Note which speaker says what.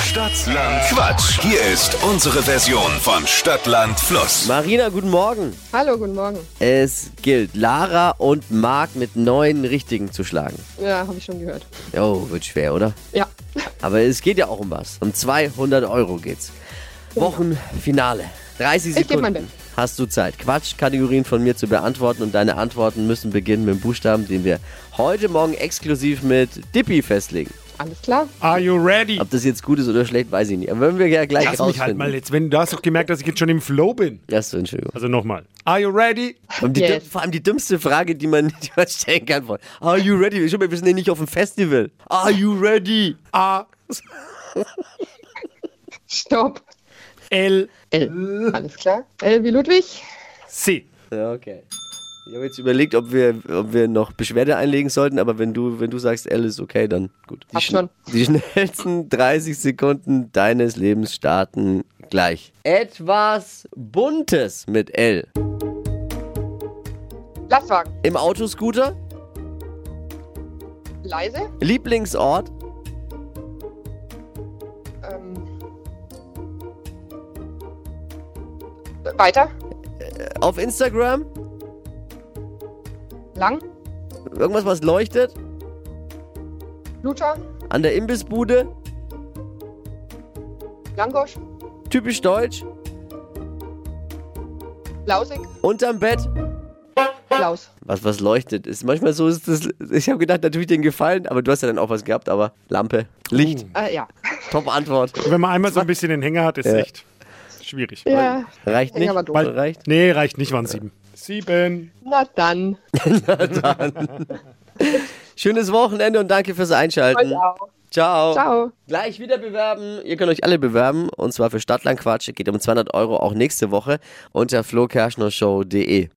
Speaker 1: Stadtland Quatsch. Hier ist unsere Version von Stadtland Fluss.
Speaker 2: Marina, guten Morgen.
Speaker 3: Hallo, guten Morgen.
Speaker 2: Es gilt, Lara und Marc mit neun Richtigen zu schlagen.
Speaker 3: Ja, habe ich schon gehört.
Speaker 2: Oh, wird schwer, oder?
Speaker 3: Ja.
Speaker 2: Aber es geht ja auch um was. Um 200 Euro geht's. Wochenfinale. 30
Speaker 3: Ich geb
Speaker 2: Sekunden
Speaker 3: mein Bett.
Speaker 2: hast du Zeit, Quatschkategorien von mir zu beantworten. Und deine Antworten müssen beginnen mit dem Buchstaben, den wir heute Morgen exklusiv mit Dippy festlegen.
Speaker 3: Alles klar?
Speaker 4: Are you ready?
Speaker 2: Ob das jetzt gut ist oder schlecht, weiß ich nicht. Aber werden wir ja gleich
Speaker 4: Lass mich halt
Speaker 2: rausfinden.
Speaker 4: mal jetzt, wenn du hast doch gemerkt, dass ich jetzt schon im Flow bin.
Speaker 2: Achso, Entschuldigung.
Speaker 4: Also nochmal. Are you ready?
Speaker 2: Und die,
Speaker 3: Yes.
Speaker 2: dü- Vor allem die dümmste Frage, die man, die man stellen kann. Von, Are you ready? Ich hoffe, wir sind nicht auf dem Festival. Are you ready?
Speaker 4: A
Speaker 3: Stopp.
Speaker 4: L
Speaker 3: L. Alles klar? L wie Ludwig?
Speaker 4: C.
Speaker 2: Ja, okay. Ich habe jetzt überlegt, ob wir, ob wir noch Beschwerde einlegen sollten, aber wenn du, wenn du sagst, L ist okay, dann gut. Die,
Speaker 3: Passt schon.
Speaker 2: die schnellsten 30 Sekunden deines Lebens starten gleich. Etwas Buntes mit L.
Speaker 3: Lastwagen.
Speaker 2: Im Autoscooter,
Speaker 3: Leise?
Speaker 2: Lieblingsort,
Speaker 3: Ähm. Weiter?
Speaker 2: auf Instagram,
Speaker 3: Lang?
Speaker 2: irgendwas, was leuchtet,
Speaker 3: Luther?
Speaker 2: an der Imbissbude,
Speaker 3: Langosch?
Speaker 2: typisch deutsch,
Speaker 3: Lausig?
Speaker 2: unterm Bett.
Speaker 3: Laus.
Speaker 2: Was, was leuchtet. Ist manchmal so ist das. Ich habe gedacht, natürlich den gefallen, aber du hast ja dann auch was gehabt, aber Lampe, Licht,
Speaker 3: Äh, ja.
Speaker 2: top Antwort.
Speaker 4: Wenn man einmal so ein bisschen den Hänger hat, ist
Speaker 2: Ja.
Speaker 4: echt schwierig.
Speaker 3: Ja.
Speaker 2: Reicht
Speaker 3: Ja,
Speaker 2: nicht.
Speaker 3: aber doof.
Speaker 4: Weil-
Speaker 2: Reicht.
Speaker 4: Nee, reicht nicht, waren sieben. Sieben.
Speaker 3: Na dann.
Speaker 2: Schönes Wochenende und danke fürs Einschalten.
Speaker 3: Euch auch.
Speaker 2: Ciao.
Speaker 3: Ciao.
Speaker 2: Gleich wieder bewerben. Ihr könnt euch alle bewerben und zwar für Stadtlandquatsch. Geht um 200 Euro auch nächste Woche unter flokerschnershow.de.